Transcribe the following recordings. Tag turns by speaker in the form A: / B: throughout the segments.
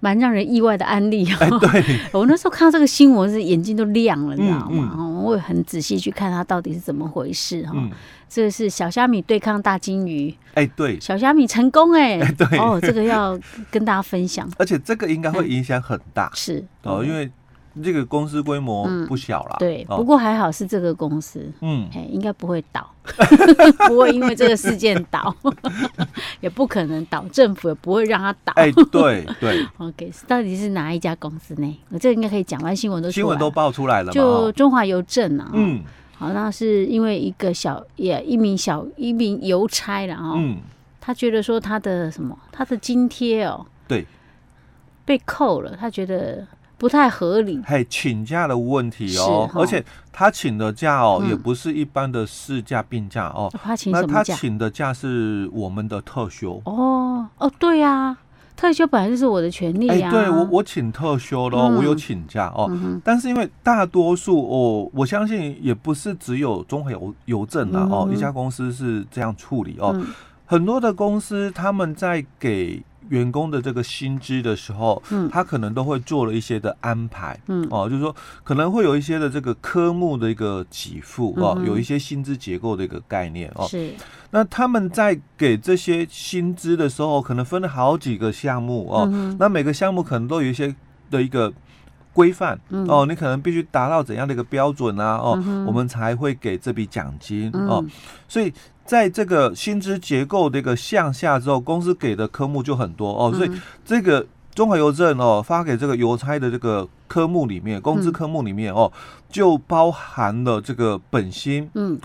A: 蛮让人意外的案例
B: 哎，
A: 哦。
B: 对，
A: 我那时候看到这个新闻是眼睛都亮了，你知道吗？
B: 嗯
A: 哦我也很仔细去看它到底是怎么回事哈、
B: 嗯，
A: 这个是小虾米对抗大金鱼，
B: 哎对，
A: 小虾米成功哎、
B: 哎对
A: 哦，这个要跟大家分享
B: 而且这个应该会影响很大
A: 是
B: 哦，因为这个公司规模
A: 嗯
B: 不小啦。
A: 对，
B: 哦
A: 不过还好是这个公司，
B: 嗯，
A: 哎，应该不会倒， 不会因为这个事件倒， 也不可能倒，政府也不会让它倒。
B: 哎对对，
A: OK，是到底是哪一家公司呢？我这个应该可以讲完新闻 都出
B: 新闻
A: 来
B: 都
A: 了
B: 爆出来了嘛。
A: 就
B: 哦
A: 中华邮政啊，嗯，
B: 嗯
A: 好，那是因为一个小也一名小一名邮差了哦，
B: 嗯，
A: 他觉得说他的什么，他的津贴哦
B: 对，
A: 被扣了，他觉得不太合理，
B: 嘿，请假的问题
A: 是
B: 哦，
A: 哦
B: 而且他请的假哦，
A: 嗯
B: 也不是一般的事假病假哦，
A: 他请
B: 那
A: 什么
B: 他
A: 假？
B: 请的假是我们的特休。
A: 哦哦，对呀、啊，退休本来就是我的权利
B: 哎、
A: 呀、啊
B: 对我我请特休咯，
A: 嗯
B: 我有请假哦。
A: 嗯哼
B: 但是因为大多数哦，我相信也不是只有中华邮邮政啦、
A: 嗯
B: 哦，
A: 哼
B: 一家公司是这样处理哦。
A: 嗯
B: 很多的公司他们在给员工的这个薪资的时候，
A: 嗯
B: 他可能都会做了一些的安排。
A: 嗯
B: 哦，就是说可能会有一些的这个科目的一个给付哦，
A: 嗯哼
B: 有一些薪资结构的一个概念哦。
A: 是，
B: 那他们在给这些薪资的时候，可能分了好几个项目哦。
A: 嗯哼
B: 那每个项目可能都有一些的一个规范、
A: 嗯
B: 哦，你可能必须达到怎样的一个标准啊哦，
A: 嗯哼
B: 我们才会给这笔奖金、哦
A: 嗯。，
B: 所以在这个薪资结构的一个向下之后，公司给的科目就很多哦，
A: 嗯
B: 所以这个。中华邮政哦，发给这个邮差的这个科目里面，工资
A: 嗯
B: 科目里面哦，就包含了这个本薪，啊
A: 嗯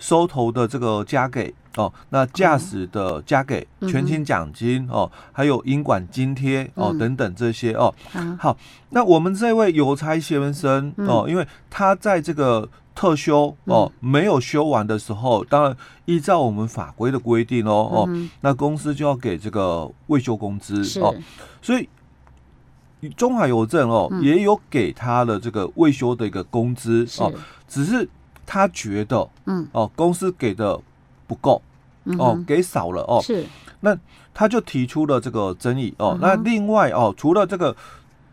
B: 收头的这个加给哦，那驾驶的加给、
A: 嗯哼
B: 全勤奖金哦，还有营管津贴哦、
A: 嗯
B: 等等这些哦。
A: 啊，
B: 那我们这位邮差先生
A: 嗯
B: 哦，因为他在这个特休哦、
A: 嗯
B: 没有休完的时候，当然依照我们法规的规定哦哦，
A: 嗯
B: 那公司就要给这个未休工资
A: 是
B: 哦，所以。中华邮政哦，
A: 嗯
B: 也有给他的这个未休的一个工资
A: 是
B: 哦，，只是他觉得
A: 嗯
B: 哦，公司给的不够
A: 嗯
B: 哦
A: 哼，
B: 给少了哦，
A: 是，
B: 他就提出了这个争议哦
A: 嗯哼。
B: 那另外哦，除了这个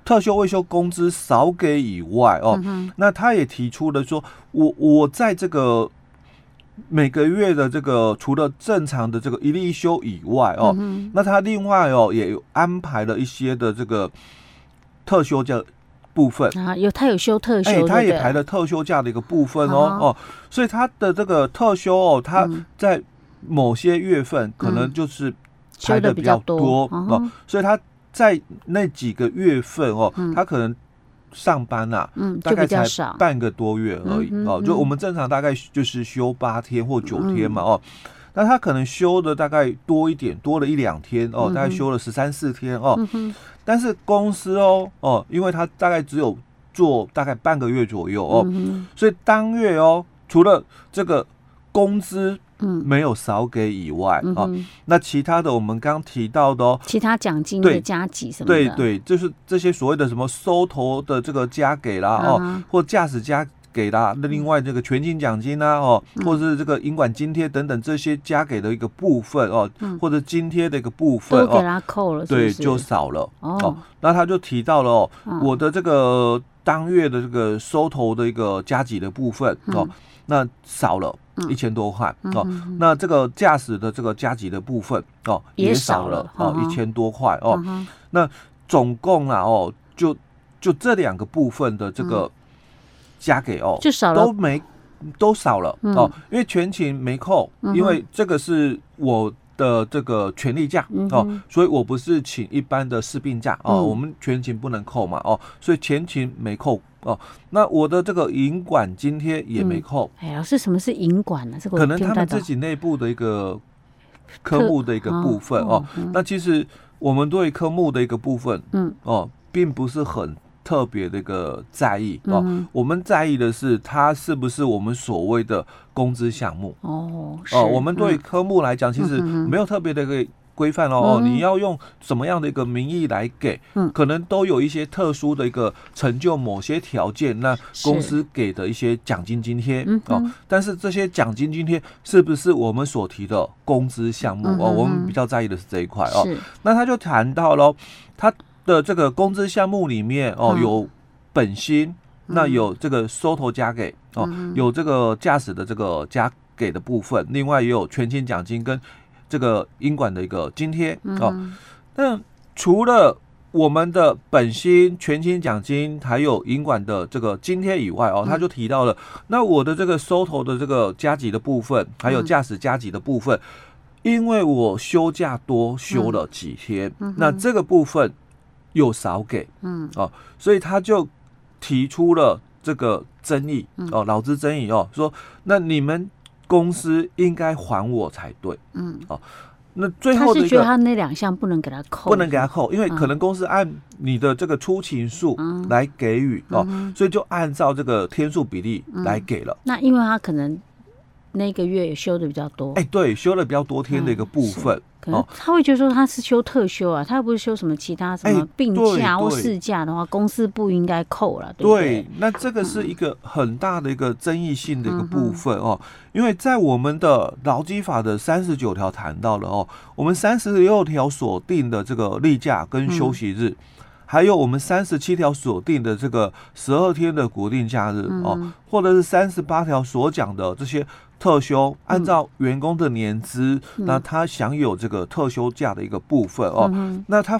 B: 特休未休工资少给以外哦
A: 嗯，哼
B: 那他也提出了说，我我在这个每个月的这个除了正常的这个一例一休以外哦，
A: 嗯
B: 那他另外哦也有安排了一些的这个特休假部分
A: 哼，啊，有他有休特休，
B: 哎他也
A: 对不对
B: 排了特休假的一个部分哦、
A: 啊哈
B: 哦，所以他的这个特休哦，他
A: 嗯
B: 在某些月份可能
A: 嗯
B: 就是
A: 休
B: 排
A: 的
B: 的
A: 比
B: 比
A: 较
B: 较
A: 多
B: 多，
A: 啊
B: 哦
A: 哈
B: 所以他在那几个月份哦，
A: 嗯
B: 他可能上班啊。
A: 嗯，
B: 大
A: 就比
B: 概
A: 较
B: 才
A: 少，
B: 半个多月而已、
A: 嗯哼
B: 哦，
A: 嗯
B: 就我们正常大概就是休八天或九天嘛、哦，那他可能休的大概多一点，多了一两天哦，
A: 嗯哼
B: 大概休了十三四天哦，
A: 嗯哼，
B: 但是公司哦哦，因为他大概只有做大概半个月左右哦，
A: 嗯
B: 所以当月哦，除了这个工资
A: 哼嗯
B: 没有少给以外
A: 嗯
B: 啊、
A: 哼，
B: 那其他的我们刚提到的哦，
A: 其他奖金的
B: 对
A: 加急什么
B: 对
A: 的，嗯
B: 对，就是这些所谓的什么收头的这个加给啦
A: 啊
B: 哦，
A: 哈
B: 或驾驶加给啦，那另外这个全勤奖金啦、哦，或
A: 嗯
B: 者是这个营管津贴等等这些加给的一个部分哦，
A: 嗯
B: 或者津贴的一个部分
A: 都给
B: 哦，
A: 他扣了，是不
B: 对，
A: 是
B: 就少了
A: 哦，
B: 那他就提到了哦，
A: 嗯
B: 我的这
A: 嗯
B: 个当月的这个收头的一个加急的部分哦，那少了一千多块哦。那这个驾驶的这个加级的部分哦
A: 也
B: 少
A: 少了
B: 哦
A: 嗯，哼
B: 一千多块哦
A: 嗯。哼
B: 那总共啊哦，就就这两个部分的这个加给哦，
A: 嗯就少
B: 都
A: 了，
B: 没都少了
A: 嗯
B: 哦，因为全勤没扣，
A: 嗯哼
B: 因为这个是我。的这个权利假
A: 嗯
B: 哦
A: 哼，
B: 所以我不是请一般的士病假哦，
A: 嗯
B: 我们全勤不能扣嘛哦，所以全勤没扣哦。那我的这个银管津贴也没扣，
A: 哎，老师，什么是银管呢、啊这个我
B: 可能
A: 听
B: 他
A: 不太
B: 们
A: 懂
B: 自。己内部的一个
A: 特
B: 科目的一个部分哦。那其实我们对科目的一个部分
A: 嗯
B: 哦，并不是很特别的一个在意哦。
A: 嗯
B: 我们在意的是它是不是我们所谓的工资项目
A: 哦是
B: 哦。我们对
A: 嗯
B: 科目来讲，其实
A: 嗯嗯嗯
B: 没有特别的一个规范哦。哦
A: 嗯
B: 你要用什么样的一个名义来给
A: 嗯？
B: 可能都有一些特殊的一个成就某些条件，那公
A: 是
B: 司给的一些奖金津贴
A: 嗯
B: 哦
A: 哼。
B: 但是这些奖金津贴是不是我们所提的工资项目
A: 嗯
B: 哦？
A: 哼
B: 我
A: 哼
B: 们比较在意的是这一块哦。
A: 是
B: 那他就谈到喽，他的这个工资项目里面哦、
A: 嗯
B: 有本薪，那
A: 嗯
B: 有这个收头加给哦，
A: 嗯
B: 有这个驾驶的这个加给的部分，另外也有全勤奖金跟这个英管的一个津贴哦。
A: 嗯
B: 那除了我们的本薪、全勤奖金，还有银管的这个津贴以
A: 嗯
B: 外哦，他就提到了，那我的这个收头的这个加急的部分，还有
A: 嗯
B: 驾驶加急的部分，因为我休假多休了几天，
A: 嗯哼
B: 那这个部分又少给，
A: 嗯
B: 所以他就提出了这个争议
A: 嗯
B: 哦，劳资争议哦，说那你们公司应该还我才对。
A: 嗯，
B: 那最
A: 他
B: 后的
A: 是
B: 一
A: 觉得
B: 个
A: 他那两项不能给他扣，
B: 不能给他扣，因为
A: 嗯
B: 可能公司按你的这个出勤数
A: 嗯
B: 来给予、
A: 嗯
B: 哦，
A: 哼
B: 所以就按照这个天数比例来给了。
A: 那因为他可能那个月也休的比较多，
B: 哎、对，休了比较多天的一个部分，
A: 嗯
B: 哦
A: 可能他会觉得说他是休特休啊，他又不是休什么其他什么
B: 哎
A: 病
B: 对
A: 假或
B: 对
A: 事假的话，公司不应该扣了，对不
B: 对
A: 对？，
B: 那这个是一个很大的一个争议性的一个
A: 嗯
B: 部分哦，因为在我们的劳基法的三十九条谈到了哦，我们三十六条所定的这个例假跟
A: 嗯
B: 休息日，还有我们三十七条所定的这个十二天的国定假日哦，
A: 嗯
B: 或者是三十八条所讲的这些特休，
A: 嗯
B: 按照员工的年资，那他享有这个特休假的一个部分哦，
A: 嗯
B: 那他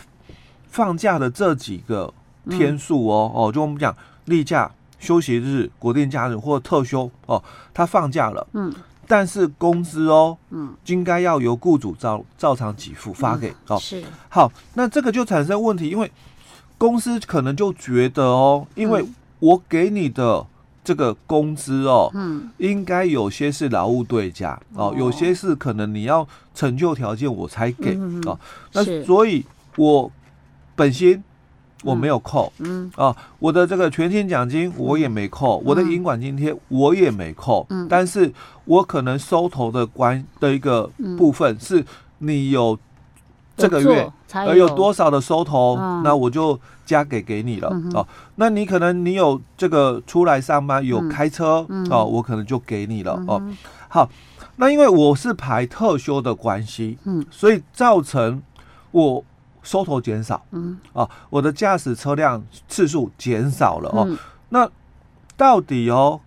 B: 放假的这几个天数哦，哦，就我们讲例假、休息日、国定假日或特休哦，他放假了，
A: 嗯，
B: 但是工资哦，
A: 嗯，
B: 应该要由雇主照照常给付发给、哦。
A: 是，
B: 好，那这个就产生问题，因为公司可能就觉得哦，
A: 嗯
B: 因为我给你的这个工资哦，
A: 嗯
B: 应该有些是劳务对价哦
A: 哦，
B: 有些是可能你要成就条件我才给
A: 嗯嗯嗯
B: 哦。那
A: 是
B: 所以，我本薪我没有扣
A: 嗯
B: 啊，我的这个全勤奖金我也没扣，我的
A: 嗯
B: 银管津贴我也没扣，但是我可能收头的关的一个
A: 嗯
B: 部分是你有这个
A: 有
B: 月呃
A: 做才
B: 而有多少的收头，
A: 哎嗯
B: 那我就加给给你了、
A: 嗯哼
B: 哦。那你可能你有这个出来上班有
A: 嗯
B: 开车、
A: 嗯
B: 哦，我可能就给你了、哦
A: 嗯。
B: 好，那因为我是排特休的关系，
A: 嗯，
B: 所以造成我收头减少
A: 嗯
B: 啊、哦，我的驾驶车辆次数减少了哦。
A: 嗯
B: 那到底哦，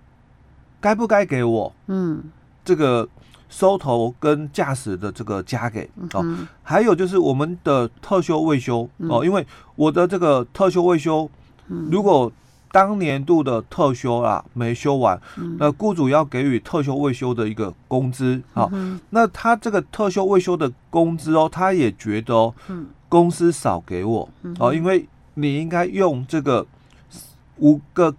B: 该不该给我
A: 嗯
B: 这个收头跟驾驶的这个加给哦？
A: 嗯
B: 还有就是我们的特休未休哦，因为我的这个特休未休，
A: 嗯
B: 如果当年度的特休啊没休完，
A: 嗯
B: 那雇主要给予特休未休的一个工资好，
A: 嗯
B: 那他这个特休未休的工资哦，他也觉得哦
A: 嗯，
B: 公司少给我哦，因为你应该用这个五个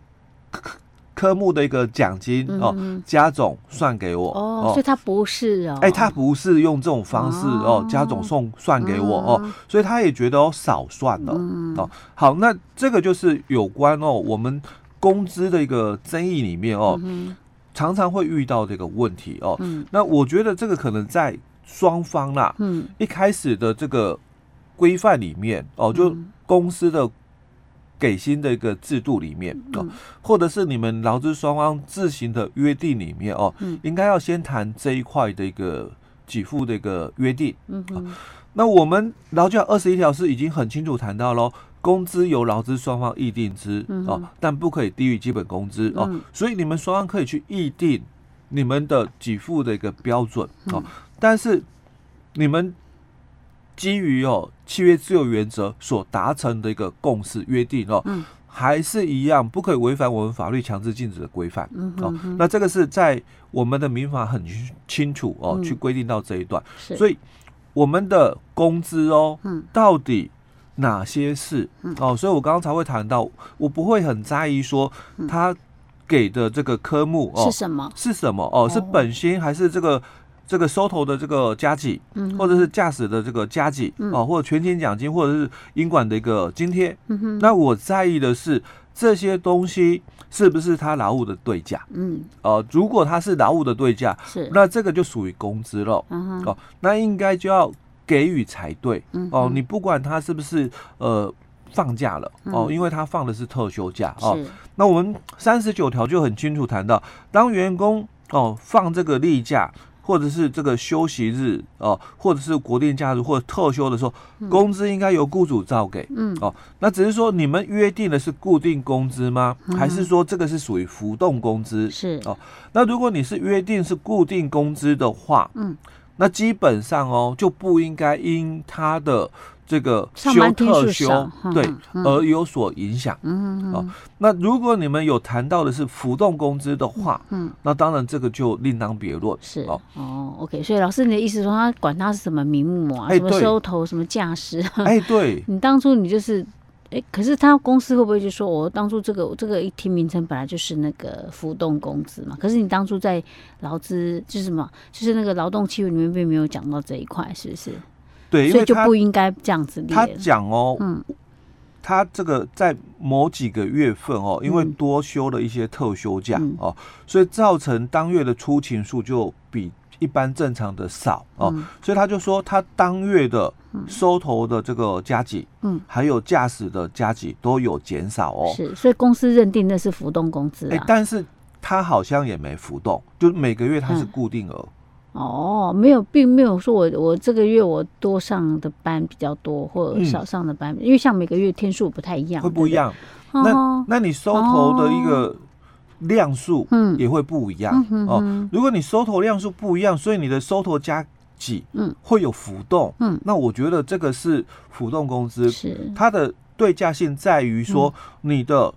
B: 科科目的一个奖金
A: 嗯
B: 哦
A: 嗯
B: 加总算给我
A: 哦，所以他不是哦，
B: 哎、他不是用这种方式哦
A: 哦，
B: 家总送算给我哦，
A: 嗯
B: 所以他也觉得哦少算了、
A: 嗯
B: 哦。好，那这个就是有关哦我们工资的一个争议里面哦，
A: 嗯
B: 常常会遇到这个问题哦。
A: 嗯
B: 那我觉得这个可能在双方啦
A: 嗯
B: 一开始的这个规范里面哦，就公司的。给薪的一个制度里面哦，或者是你们劳资双方自行的约定里面哦，
A: 嗯
B: 应该要先谈这一块的一个给付的一个约定。
A: 嗯
B: 啊
A: 哼
B: 那我们劳教二十一条是已经很清楚谈到喽，工资由劳资双方议定之、
A: 嗯哼
B: 哦，但不可以低于基本工资哦，
A: 嗯
B: 所以你们双方可以去议定你们的给付的一个标准
A: 嗯
B: 哦，但是你们基于哦契约自由原则所达成的一个共识约定哦，
A: 嗯
B: 还是一样不可以违反我们法律强制禁止的规范、
A: 嗯
B: 哦
A: 哼。哼
B: 那这个是在我们的民法很清楚哦，
A: 嗯
B: 去规定到这一段，
A: 是，
B: 所以我们的工资哦，
A: 嗯
B: 到底哪些是、哦？所以我刚刚才会谈到，我不会很在意说他给的这个科目
A: 嗯
B: 哦
A: 是什么？
B: 是什么哦？是
A: 哦
B: 本薪还是这个这个收头的这个加给，
A: 嗯
B: 或者是驾驶的这个加给、哦，或者全勤奖金，或者是英管的一个津贴？
A: 嗯哼，
B: 那我在意的是这些东西是不是他劳务的对价？
A: 嗯
B: 呃，如果他是劳务的对价，
A: 是，
B: 那这个就属于工资了。
A: 嗯哼
B: 哦，那应该就要给予才对。
A: 嗯
B: 哦，
A: 哼
B: 你不管他是不是呃放假了哦，
A: 嗯
B: 因为他放的是特休假哦。
A: 是，
B: 那我们三十九条就很清楚谈到，当员工哦放这个例假。或者是这个休息日哦，或者是国定假日或者特休的时候，工资应该由雇主照给。
A: 嗯
B: 哦，那只是说你们约定的是固定工资吗？
A: 嗯
B: 还是说这个是属于浮动工资？
A: 是，
B: 哦那如果你是约定是固定工资的话，
A: 嗯，
B: 那基本上哦就不应该因他的这个休
A: 上班天数
B: 特休
A: 少嗯
B: 对
A: 嗯嗯
B: 而有所影响。
A: 嗯哼
B: 哦那如果你们有谈到的是浮动工资的话，
A: 嗯嗯
B: 那当然这个就另当别论。
A: 是
B: 哦，
A: 哦，OK，所以老师你的意思说他管他是什么名目啊，
B: 哎
A: 什么
B: 对
A: 收头，什么驾驶，，
B: 哎，对
A: 你当初你就是，哎，可是他公司会不会就说，我当初这个这个一听名称本来就是那个浮动工资嘛？可是你当初在劳资就是什么，就是那个劳动契约里面并没有讲到这一块，是不是？
B: 对，因
A: 所
B: 为
A: 以就
B: 他
A: 不应该这样子列
B: 他讲哦，
A: 嗯
B: 他这个在某几个月份哦，因为
A: 嗯
B: 多休了一些特休假、
A: 嗯
B: 哦，所以造成当月的出勤数就比一般正常的少哦，
A: 嗯
B: 所以他就说他当月的收头的这个加急，
A: 嗯，
B: 还有驾驶的加急都有减少哦，
A: 是，啊所以公司认定那是浮动工资
B: 哎、
A: 啊。
B: 但是他好像也没浮动，就每个月它是固定额，
A: 哦，没有，并没有说我我这个月我多上的班比较多，或者
B: 嗯
A: 少上的班，因为像每个月天数不太一样，
B: 会不一样。
A: 对不对。
B: 那
A: 哦，
B: 那你收头的一个量数
A: 嗯
B: 也会不一样
A: 嗯哼
B: 哦。
A: 哼
B: 如果你收头量数不一样，所以你的收头加几，
A: 嗯，
B: 会有浮动，
A: 嗯，
B: 那我觉得这个是浮动工资，
A: 是，
B: 它的对价性在于说你的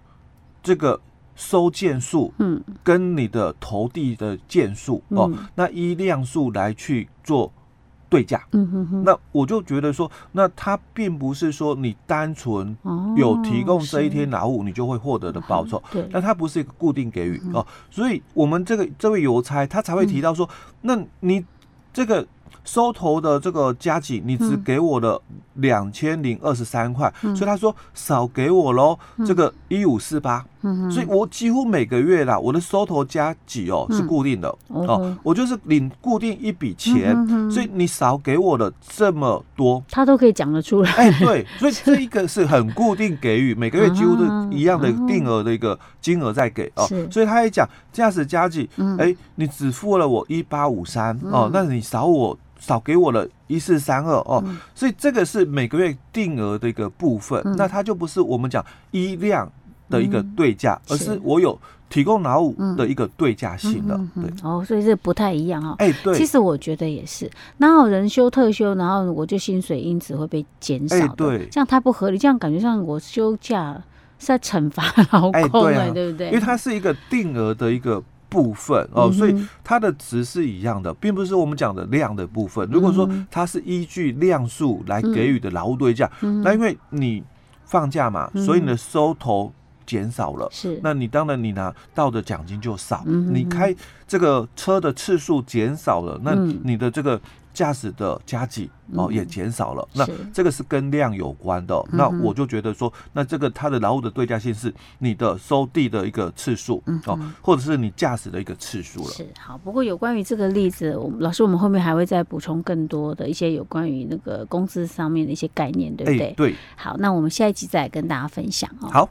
B: 这个收件数
A: 嗯
B: 跟你的投递的件数哦
A: 嗯，
B: 那依量数来去做对价。
A: 嗯哼哼，
B: 那我就觉得说，那它并不是说你单纯
A: 哦
B: 有提供这一
A: 是
B: 天劳务，你就会获得的报酬。
A: 对，嗯
B: 那它不是一个固定给予哦，所以我们这个这位邮差他才会
A: 嗯
B: 提到说，那你这个收头的这个加急，你只
A: 嗯
B: 给我了两千零二十三块，所以他说少给我喽，这个一五四八，
A: 嗯哼
B: 所以我几乎每个月啦，我的收头加几哦是
A: 嗯
B: 固定的
A: 哦
B: 哦
A: 吼，
B: 我就是领固定一笔钱
A: 嗯哼哼，
B: 所以你少给我的这么多，
A: 他都可以讲得出来。
B: 哎，对，所以这一个是很固定给予，每个月几乎都一样的定额的一个金额在给哦
A: 是。
B: 所以他也讲驾驶加计
A: 嗯，
B: 哎，你只付了我一八五三哦，那你少我少给我了一四三二哦，所以这个是每个月定额的一个部分，
A: 嗯
B: 那它就不是我们讲一量的一个对价，
A: 嗯
B: 而
A: 是
B: 是我有提供劳务的一个对价性了
A: 嗯，
B: 对
A: 哼，哦，所以这不太一样哈、哦。
B: 哎，对，
A: 其实我觉得也是，哪有人休特休，然后我就薪水因此会被减少的？
B: 哎对
A: 这样太不合理，这样感觉上我休假是在惩罚劳
B: 哎
A: 工
B: 对
A: 哎、
B: 啊
A: 对不对？
B: 因为它是一个定额的一个部分哦，
A: 嗯哼
B: 所以它的值是一样的，并不是我们讲的量的部分。如果
A: 嗯
B: 说它是依据量数来给予的劳务对价，那因为你放假嘛，
A: 嗯
B: 所以你的收头减少了。
A: 是
B: 那你当然，你拿到的奖金就少，
A: 嗯哼
B: 你开这个车的次数减少了，那
A: 嗯
B: 你的这个驾驶的加给哦也减少了，那
A: 是嗯
B: 这个是跟量有关的哦、那我就觉得说，那这个它的劳务的对价性是你的收地的一个次数、哦，或者是你驾驶的一个次数了。
A: 嗯是好，不过有关于这个例子，我们老师我们后面还会再补充更多的一些有关于那个工资上面的一些概念，对不对？
B: 哎对，
A: 好，那我们下一集再来跟大家分享哦。
B: 好，